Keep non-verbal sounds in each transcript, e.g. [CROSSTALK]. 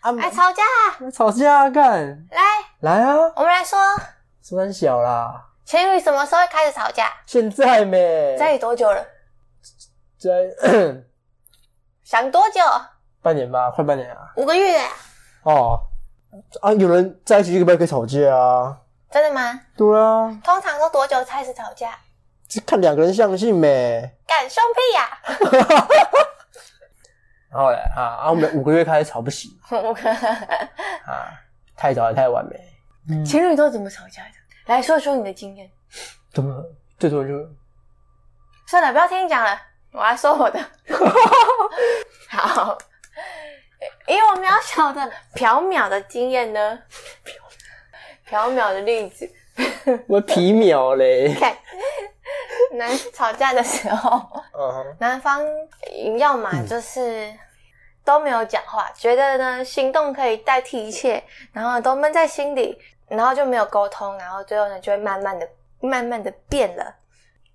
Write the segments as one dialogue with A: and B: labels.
A: 啊，
B: 来哎吵架，
A: 吵架啊干，
B: 来，
A: 来啊，
B: 我们来说
A: 说很小啦，
B: 情侣什么时候会开始吵架？
A: 现在没，
B: 在一起多久了？
A: 在 [CLEARS THROAT]
B: 想多久？
A: 半年吧，快半年啊，
B: 五个月啊、
A: 哦，啊，有人在一起一个半可以吵架啊，
B: 真的吗？
A: 对啊，
B: 通常都多久开始吵架？
A: 这看两个人相信没，
B: 干凶屁呀、
A: 然后嘞啊啊，我们五个月开始吵不行
B: 我可
A: 啊，太早也太晚没，
B: [LAUGHS] 情侣都怎么吵架的？来说说你的经验。
A: 怎么最多就
B: 算了，不要听你讲了，我来说我的。 [LAUGHS] 好，以我渺小的缥缈的经验呢，缥缈的例子，
A: 我皮秒嘞，
B: 看男吵架的时候，
A: 嗯哼，
B: 男方要么
A: 嗯
B: 就是都没有讲话，觉得呢行动可以代替一切，然后都闷在心里，然后就没有沟通，然后最后呢就会慢慢的、慢慢的变了。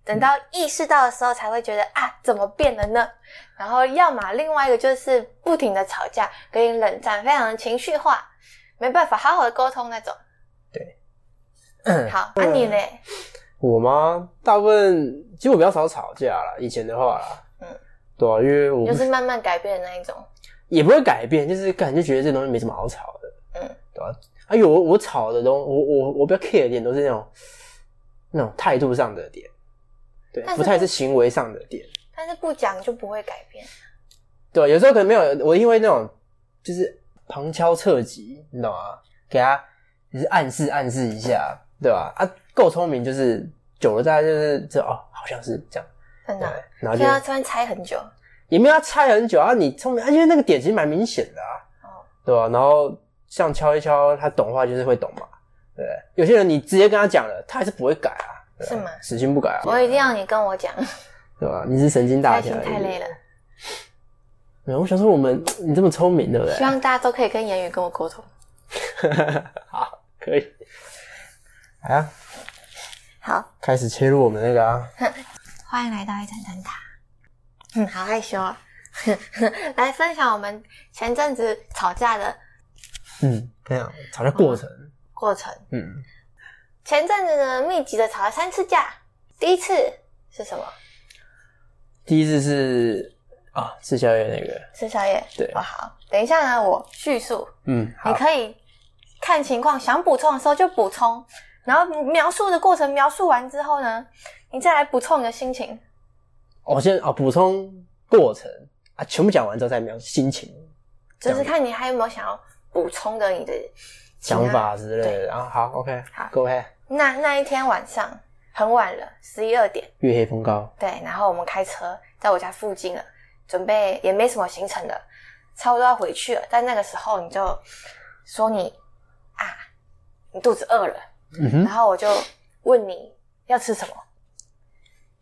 B: 等到意识到的时候，才会觉得啊，怎么变了呢？然后要么另外一个就是不停的吵架，跟你冷战，非常的情绪化，没办法好好的沟通那种。好，那、你嘞？
A: 嗯我吗？大部分其实我比较少吵架啦，以前的话啦，嗯
B: 嗯，
A: 对啊，因为我
B: 就
A: 不
B: 是慢慢改变的那一种。
A: 也不会改变，就是感觉觉得这东西没什么好吵的，嗯
B: 嗯，
A: 对吧、啊？哎呦，我我吵的东，我我我比较 care 的点都是那种那种态度上的点，对，
B: 但是
A: 不太是行为上的点，
B: 但是不讲就不会改变。
A: 对啊、有时候可能没有，我因为那种就是旁敲侧击，你懂吗？给他就是暗示暗示一下，对吧、啊？够聪明就是久了，大家就是就哦，好像是这样，
B: 真
A: 对
B: 的，，啊
A: 然后
B: 听
A: 就
B: 到这边猜很久，
A: 也没有要猜很久啊，你聪明，啊因为那个点其实蛮明显的啊，
B: 哦
A: 对吧、然后像敲一敲，他懂的话就是会懂嘛，对不对。有些人你直接跟他讲了，他还是不会改啊，对
B: 是吗
A: 死性不改啊，
B: 我一定要你跟我讲，
A: 对吧、你是神经大
B: [LAUGHS] 太
A: 条
B: 心
A: 而已，
B: 太累了。
A: 没有，我想说我们你这么聪明，对不
B: 希
A: 对？
B: 望大家都可以跟言语跟我沟通。
A: 好，可以。来啊，
B: 好，
A: 开始切入我们那个啊，
B: 欢迎来到一层灯塔。嗯，好害羞啊。 [LAUGHS] 来分享我们前阵子吵架的
A: 嗯，这样吵架过程，
B: 过程。
A: 嗯，
B: 前阵子呢，密集的吵了三次架。第一次是什么？
A: 第一次是啊吃宵夜那个，
B: 吃宵夜。
A: 对
B: 哦，好。等一下呢，我叙述。
A: 嗯，好
B: 你，可以看情况，想补充的时候就补充，然后描述的过程描述完之后呢，你再来补充你的心情。
A: 我、先啊补充过程啊，全部讲完之后再描心情。这
B: 就是
A: 样
B: 看你还有没有想要补充的你的其他
A: 想。法之类的。啊，好，OK，
B: 好
A: 各位，
B: 那那一天晚上很晚了，十一二点，
A: 月黑风高，
B: 对，然后我们开车在我家附近了，准备也没什么行程了，差不多要回去了。但那个时候你就说你啊，你肚子饿了，
A: 嗯哼
B: 然，后我就问你要吃什么。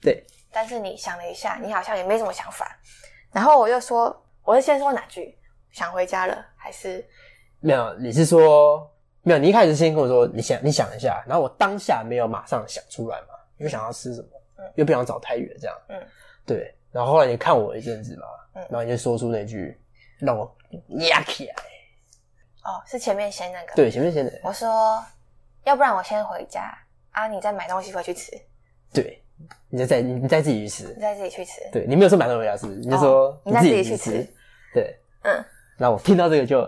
A: 对，
B: 但是你想了一下，你好像也没什么想法。然后我又说，我是先说哪句？想回家了，还是
A: 没有，你是说没有？你一开始先跟我说，你想，你想一下，然后我当下没有马上想出来嘛，因为想要吃什么，
B: 嗯
A: 又不想找太远，这样，
B: 嗯，
A: 对。然后后来你看我一阵子嘛，
B: 嗯
A: 然后你就说出那句让我压起
B: 啊
A: 来，
B: 哦，是前面先那个？，
A: 对，前面先的，
B: 我说，要不然我先回家啊，你再买东西回去吃，
A: 对，你就再你再自己去吃
B: 你，再自己去吃。
A: 对你没有说买到回家吃，你就说
B: 哦你再自己
A: 去
B: 去吃，
A: 对，
B: 嗯，
A: 然后我听到这个就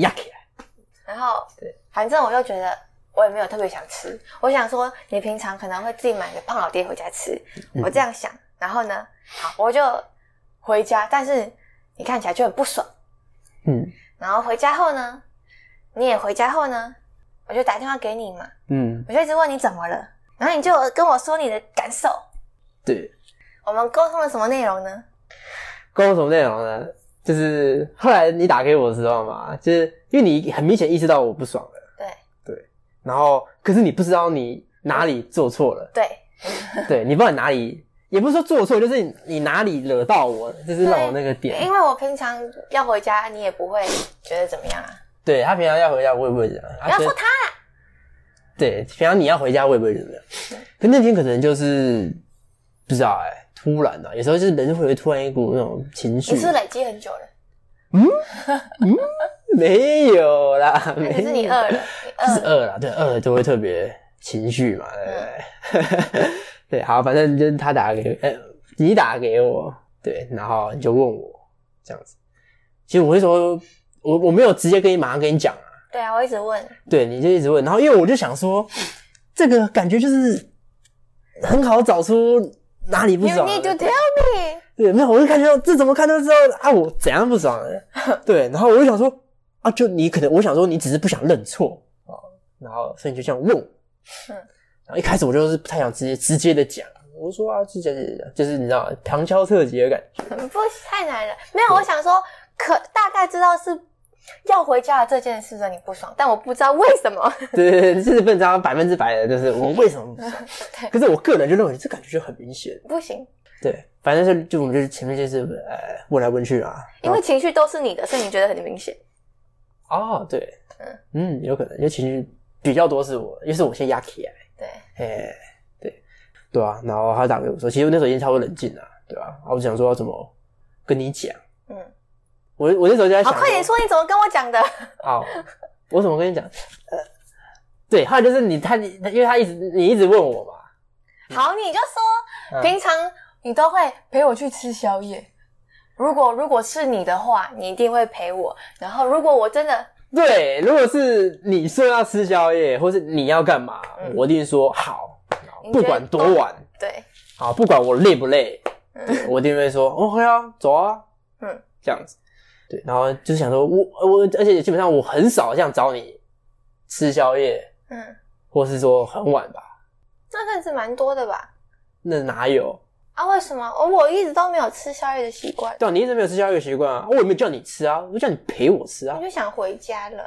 A: 压起来，
B: 然后
A: 对，
B: 反正我又觉得我也没有特别想吃，我想说你平常可能会自己买个胖老爹回家吃，
A: 嗯
B: 我这样想。然后呢，好，我就回家，但是你看起来就很不爽。
A: 嗯
B: 然后回家后呢，你也回家后呢，我就打电话给你嘛，
A: 嗯，
B: 我就一直问你怎么了，然后你就跟我说你的感受。
A: 对。
B: 我们沟通了什么内容呢？
A: 沟通什么内容呢？就是后来你打给我的时候嘛，就是因为你很明显意识到我不爽了，
B: 对
A: 然后可是你不知道你哪里做错
B: [LAUGHS]
A: 了，
B: 对，
A: 对你不知道你哪里，也不是说做错，就是你你哪里惹到我了，就是让我那个点
B: 因。为我平常要回家，你也不会觉得怎么样啊。
A: 对他平常要回家，我也不会怎么样。
B: 不要
A: 觉
B: 说
A: 得
B: 他啦，
A: 对，平常你要回家，我也不会怎么样。可那天可能就是不知道哎、突然的、啊，有时候就是人会有突然一股那种情绪。
B: 你是不是累积很久了？
A: 嗯没有啦，
B: 可是
A: 没
B: 你
A: 有
B: 饿了，你
A: 就是 [LAUGHS] 饿
B: 饿了，
A: 了，对，饿了就会特别情绪嘛，对不对？ [LAUGHS] 对，好，反正就是他打给，呃，你打给我，对，然后你就问我这样子。其实我会说，我我没有直接跟你马上跟你讲啊，
B: 对啊，我一直问，
A: 对，你就一直问，然后因为我就想说，这个感觉就是很好找出哪里不
B: You
A: 爽啊
B: need to tell me，
A: 对，没有，我就看到这怎么看都知道啊，我怎样不爽
B: [LAUGHS]
A: 呢？对，然后我就想说啊，就你可能我想说你只是不想认错哦，然后所以你就这样问我，
B: 嗯
A: 然后一开始我就是不太想直接直接的讲，我就说啊，直接的讲，就是你知道旁敲侧击的感觉，
B: 不太难了。没有，我想说，可大概知道是要回家的这件事让你不爽，但我不知道为什么。 [LAUGHS]
A: 对对对，这是笨招百分之百的，就是我为什么不爽？
B: 嗯对，
A: 可是我个人就认为这感觉就很明显，
B: 不行，
A: 对，反正就就我们就是前面就是呃问来问去啊，
B: 因
A: 然后
B: 为情绪都是你的，所以你觉得很明显。
A: 哦对
B: 嗯，
A: 嗯，有可能，尤其是比较多是我，因为是我先压起来。
B: 对，
A: 哎、对，对啊，然后他打给我说，其实我那时候已经差不多冷静了，对吧、啊？然后我想说要怎么跟你讲，
B: 嗯，
A: 我我那时候就在
B: 好，
A: 想，
B: 快点，说你怎么跟我讲的。
A: 好，我怎么跟你讲？呃，对，还有就是你他你，因为他一直你一直问我嘛，
B: 好，你就说，
A: 嗯
B: 平常你都会陪我去吃宵夜。如果如果是你的话，你一定会陪我。然后如果我真的
A: 对，如果是你说要吃宵夜，或是你要干嘛，
B: 嗯
A: 我一定说好，
B: 你觉
A: 不
B: 得
A: 管多晚，
B: 对，
A: 啊，不管我累不累，
B: 嗯
A: 我一定会说 OK 啊，走啊，
B: 嗯，
A: 这样子。对，然后就是想说我我，而且基本上我很少这样找你吃宵夜，
B: 嗯，
A: 或是说很晚吧，
B: 那阵子蛮多的吧？
A: 那哪有？
B: 啊，为什么？我我一直都没有吃宵夜的习惯，
A: 对啊，你一直没有吃宵夜的习惯啊，我也没有叫你吃啊，我叫你陪我吃啊
B: 我。就想回家了。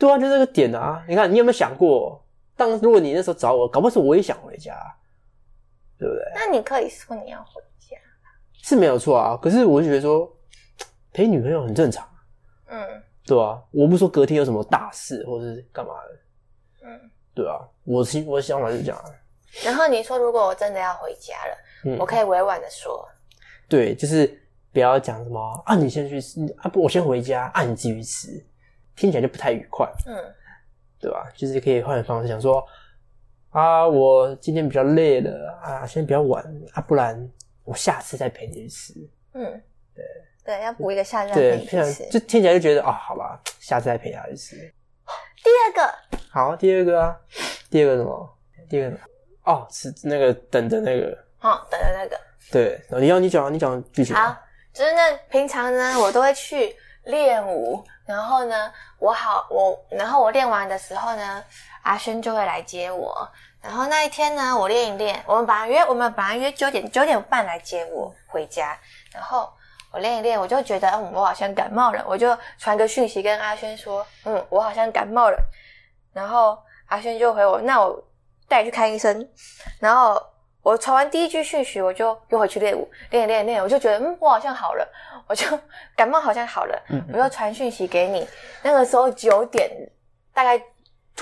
A: 对啊，就这个点啊。你看，你有没有想过，当如果你那时候找我，搞不好是我也想回家啊，对不对？
B: 那你可以说你要回家，
A: 是没有错啊，可是我就觉得说，陪女朋友很正常。
B: 嗯
A: 对啊，我不是说隔天有什么大事或是干嘛的，
B: 嗯。
A: 对啊，我心我的想法是这样啊，
B: 然后你说，如果我真的要回家了，
A: 嗯
B: 我可以委婉的说，
A: 对，就是不要讲什么啊，你先去吃啊，不，我先回家啊，你自己去吃，听起来就不太愉快，
B: 嗯
A: 对吧、就是可以换个方式想说，啊，我今天比较累了啊，先不要玩啊，不然我下次再陪你去吃，
B: 嗯，对对，要补一个下站
A: 对，
B: 可以
A: 非常
B: 去吃。
A: 就听起来就觉得啊，好吧，下次再陪他去吃，
B: 第二个，
A: 好，第二个啊，第二个什么？第二个什么哦，是那个等着那个。
B: 哦，等等那个，
A: 对，你要你讲啊，你讲剧情啊。
B: 好，就是呢，平常呢，我都会去练舞，然后呢，我好我，然后我练完的时候呢，阿轩就会来接我。然后那一天呢，我练一练，我们本来约我们本来约九点九点半来接我回家，然后我练一练，我就觉得嗯，我好像感冒了，我就传个讯息跟阿轩说，嗯，我好像感冒了。然后阿轩就回我，那我带你去看医生。然后我传完第一句讯息，我就又回去练舞，练练练，我就觉得嗯，我好像好了，我就 [LAUGHS] 感冒好像好了，
A: 嗯嗯
B: 我就传讯息给你。那个时候九点，大概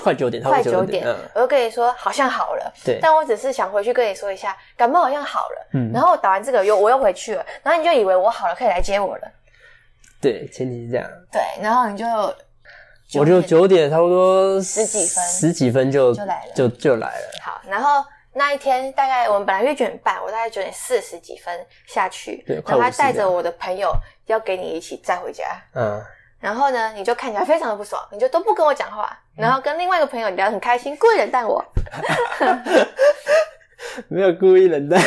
A: 快九点，差不
B: 快
A: 多
B: 九
A: 点，
B: 点
A: 嗯，，
B: 我就跟你说好像好了，
A: 对，
B: 但我只是想回去跟你说一下，感冒好像好了。
A: 嗯，
B: 然
A: 后
B: 后我打完这个又我又回去了，然后你就以为我好了可以来接我了，
A: 对，前提是这样，
B: 对，然后你就
A: 我就
B: 点
A: 九点差不多
B: 十几分
A: 十几分就
B: 就来了
A: 就就来了，
B: 好，然后那一天大概我们本来约九点半，我大概九点四十几分下去，
A: 对
B: 然后
A: 快
B: 他
A: 50
B: 带着
A: 了
B: 我的朋友要给你一起载回家，
A: 嗯，
B: 然后呢，你就看起来非常的不爽，你就都不跟我讲话，然后跟另外一个朋友聊得很开心，故意冷淡我， [LAUGHS]
A: 没有故意冷淡，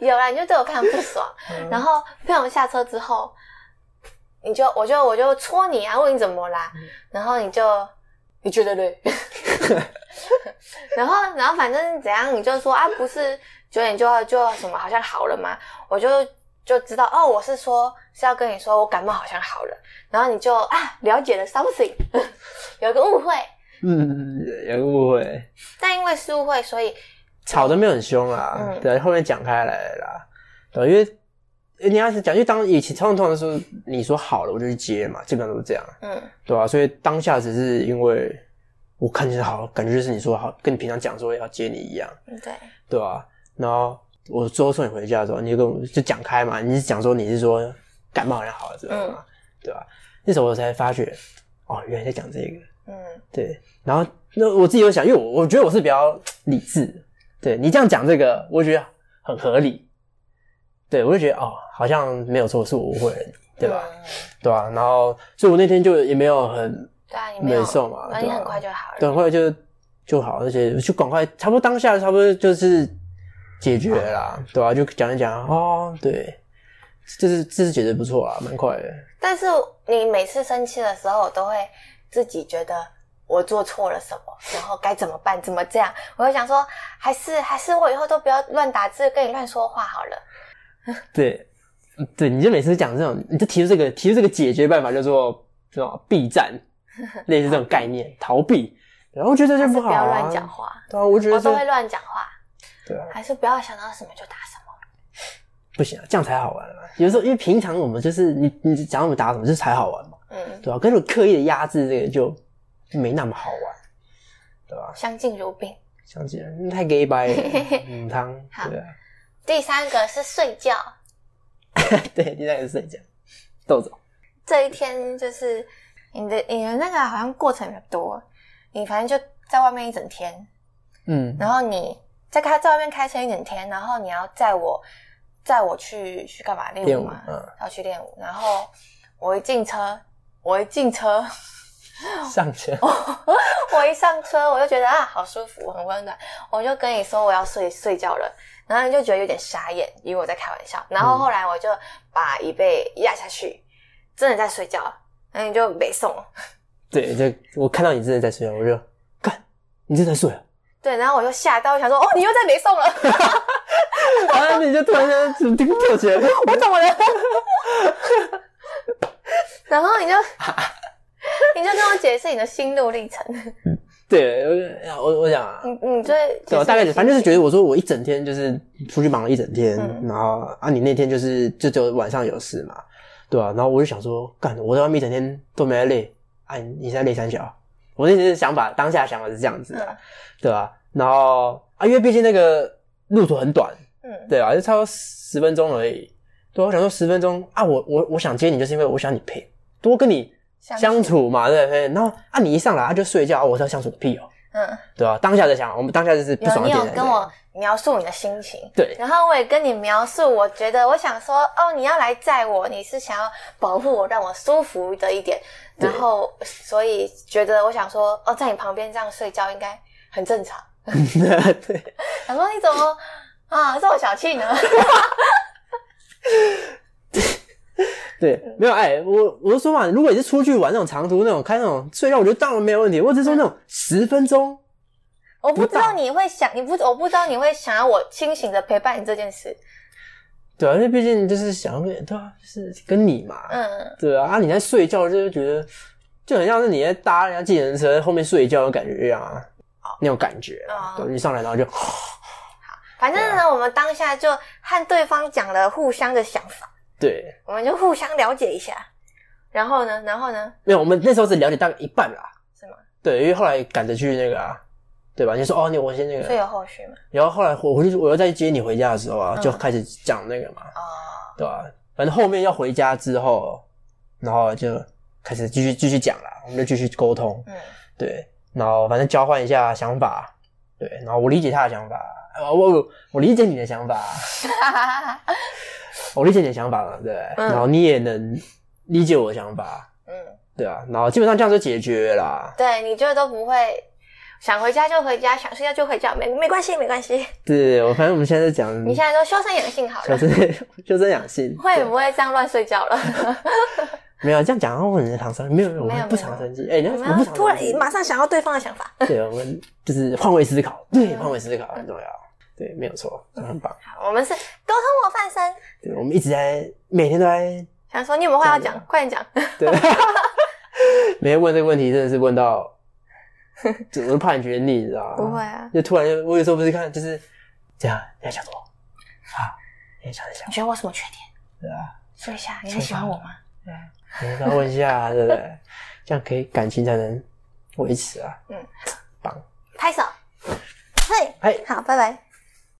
B: 有啦，你就对我看得不爽，然后陪我们下车之后，你就我就我就戳你啊，问你怎么啦，然后你就你觉得嘞，然后然后反正怎样，你就说啊，不是九点就要就要什么好像好了嘛，我就就知道哦，我是说是要跟你说我感冒好像好了，然后你就啊了解了 something，有个误会，
A: 嗯，有个误会，
B: 但因为是误会，所以
A: 吵得没有很凶啦，
B: 嗯
A: 对，后面讲开来了啦，对，因为。你要是讲，因为当以前通常通常说你说好了，我就去接嘛，基本上都是这样，
B: 嗯
A: 对吧、所以当下只是因为我看起来好，感觉就是你说好，跟你平常讲说要接你一样，
B: 对
A: 对啊，然后我最后送你回家的时候，你就跟我就讲开嘛，你是讲说你是说感冒好像好了之后嘛，对吧、啊那时候我才发觉，哦，原来在讲这个。
B: 嗯，
A: 对，然后那我自己有想，因为我我觉得我是比较理智的，对你这样讲这个，我觉得很合理。对我就觉得哦，好像没有错，是我误会了你，对吧？
B: 嗯？
A: 对吧、然后，所以我那天就也没有很
B: 对啊，你没有
A: 难，受嘛，
B: 那
A: 对
B: 你
A: 吧
B: 很快就好了。
A: 对，啊后来就就好，而且就赶快，差不多当下差不多就是解决了啦，对啊吧、就讲一讲哦，对，这是这是解决不错啊，蛮快的。
B: 但是你每次生气的时候，我都会自己觉得我做错了什么，然后该怎么办，怎么这样？我会想说，还是还是我以后都不要乱打字，跟你乱说话好了。
A: 对，对，你就每次讲这种，你就提出这个提出这个解决办法，叫做什么避战，类似这种概念，逃避。然后我觉得这
B: 还
A: 就是不
B: 不
A: 好、
B: 要
A: 啊，
B: 乱讲。话，
A: 对啊，我觉得
B: 我都会
A: 这
B: 乱讲话，
A: 对啊，
B: 还是不要想到什么就打什么。
A: 不行啊，这样才好玩啊。有时候因为平常我们就是你你讲我们打什么，就是才好玩嘛，
B: 嗯，
A: 对吧、跟你刻意的压制这个就没那么好玩，对吧、
B: 相敬如宾。
A: 想起来嗯太 gay 白
B: [LAUGHS]
A: 了，母汤，
B: 好
A: 对啊， [LAUGHS]
B: 第三个是睡觉，
A: 对，第三个是谁讲？豆总，
B: 这一天就是你的你的那个好像过程比较多，你反正就在外面一整天，
A: 嗯，
B: 然后你在开在外面开车一整天，然后你要载我载我去去干嘛练
A: 练
B: 舞哦
A: 舞
B: 嘛，
A: 嗯
B: 要去练舞，然后我一进车， [LAUGHS] 我一进车， [LAUGHS]
A: 上车，
B: 哦我一上车我就觉得啊好舒服，很温暖，我就跟你说我要睡睡觉了。然后你就觉得有点傻眼，以为我在开玩笑。然后后来我就把椅背压下去，真的在睡觉。然后你就没送，
A: 对，就我看到你真的在睡了，我就干，你真的在睡啊 [LAUGHS] 了。
B: 对。然后我就吓到，我想说哦，你又在没送了， [LAUGHS]
A: 然啊后你就突然间就跳起来， [LAUGHS]
B: 我怎么了？ [LAUGHS] 然后你就你就跟我解释你的心路历程， [LAUGHS]
A: 对，我我我想啊，
B: 你你最
A: 对，我大概就反正就是觉得我说我一整天就是出去忙了一整天，
B: 嗯
A: 然后啊你那天就是就只有晚上有事嘛，对啊，然后我就想说，干，我在外面一整天都没在累，哎、你你在累三小？我那天的想法当下想法是这样子的、啊
B: 嗯
A: 对吧、然后啊，因为毕竟那个路途很短，
B: 嗯
A: 对啊，就差不多十分钟而已。对啊，我想说十分钟啊，我我我想接你，就是因为我想你陪多跟你
B: 相
A: 相处嘛，对不对？然后啊，你一上来啊就睡觉，啊我要相处个屁哦，
B: 嗯，
A: 对吧、当下在想，我们当下就是不
B: 有
A: 爽
B: 你
A: 一点
B: 有。跟我描述你的心情，
A: 对
B: 然后我也跟你描述，我觉得我想说哦，你要来载我，你是想要保护我，让我舒服的一点，
A: 对
B: 然后所以觉得我想说哦，在你旁边这样睡觉应该很正常。
A: 对 [LAUGHS] 对
B: 想说你怎么啊这么小气呢？
A: 对，没有哎，我我就说嘛，如果你是出去玩那种长途那种开那种睡觉，我觉得当然没有问题。我只是说那种
B: 嗯
A: 十分钟，
B: 我不知
A: 不
B: 道
A: 到
B: 你会想，你不，我不知道你会想要我清醒的陪伴你这件事。
A: 对啊，因为毕竟就是想要跟对啊，就是跟你嘛，
B: 嗯，
A: 对啊，啊你在睡觉就是觉得就很像是你在搭人家计程车后面睡觉的感觉一样啊，那种感觉啊，
B: 哦
A: 对，你上来然后就
B: 反正
A: 啊
B: 呢，我们当下就和对方讲了互相的想法，
A: 对，
B: 我们就互相了解一下。然后呢，然后呢，
A: 没有，我们那时候只了解大概一半啦，
B: 是吗？
A: 对，因为后来赶着去那个啊，对吧？你说哦，你我先那
B: 所以
A: 个，
B: 有后续嘛？
A: 然后后来我回去，我又再接你回家的时候啊，
B: 嗯
A: 就开始讲那个嘛，
B: 哦，
A: 对吧？反正后面要回家之后，然后就开始继续继续讲啦，我们就继续沟通，
B: 嗯
A: 对，然后反正交换一下想法，对，然后我理解他的想法，啊我我我理解你的想
B: [LAUGHS]
A: 法，
B: 哈哈哈哈，
A: 我理解你的想法嘛，对，
B: 嗯
A: 然后你也能理解我的想法，
B: 嗯，
A: 对啊，然后基本上这样就解决了啦，
B: 对，你就都不会想回家就回家，想睡觉就回家，没没关系，没关系。
A: 对对对，我反正我们现在在讲，
B: 你现在都修身养性好
A: 修 [LAUGHS]
B: 了，
A: 身修身养性，
B: 会
A: 对
B: 不会这样乱睡觉了？
A: 没有这样讲，我很常生，没有没有，我
B: 没有
A: 们不
B: 没有
A: 常生气，
B: [LAUGHS]
A: 哎，你
B: 我
A: 看
B: 们
A: 我不
B: 要
A: 常
B: 突然
A: 生气
B: 马上想要对方的想法。
A: 对，我们就是换位思考，对，
B: 嗯
A: 换位思考很重要，对，没有错，很棒，
B: 好我们是沟通模范生，
A: 对，我们一直在每天都在
B: 想说你有没有话要
A: 真
B: 讲
A: 的，
B: 快点讲。
A: 对，啊 [LAUGHS] 每天问这个问题真的是问到，就我都怕你觉得腻，你知道吗？
B: 不会啊，
A: 就突然就我有时候不是看就是这样，你在想什么啊？你在想一想
B: 你，觉得我有什么缺点？
A: 对啊，
B: 说一下，你很喜欢我吗？
A: 你再问一下，啊对不对？这样可以感情才能维持啊。
B: 嗯，
A: 棒，
B: 拍手，嘿，
A: 哎，
B: 好，拜拜。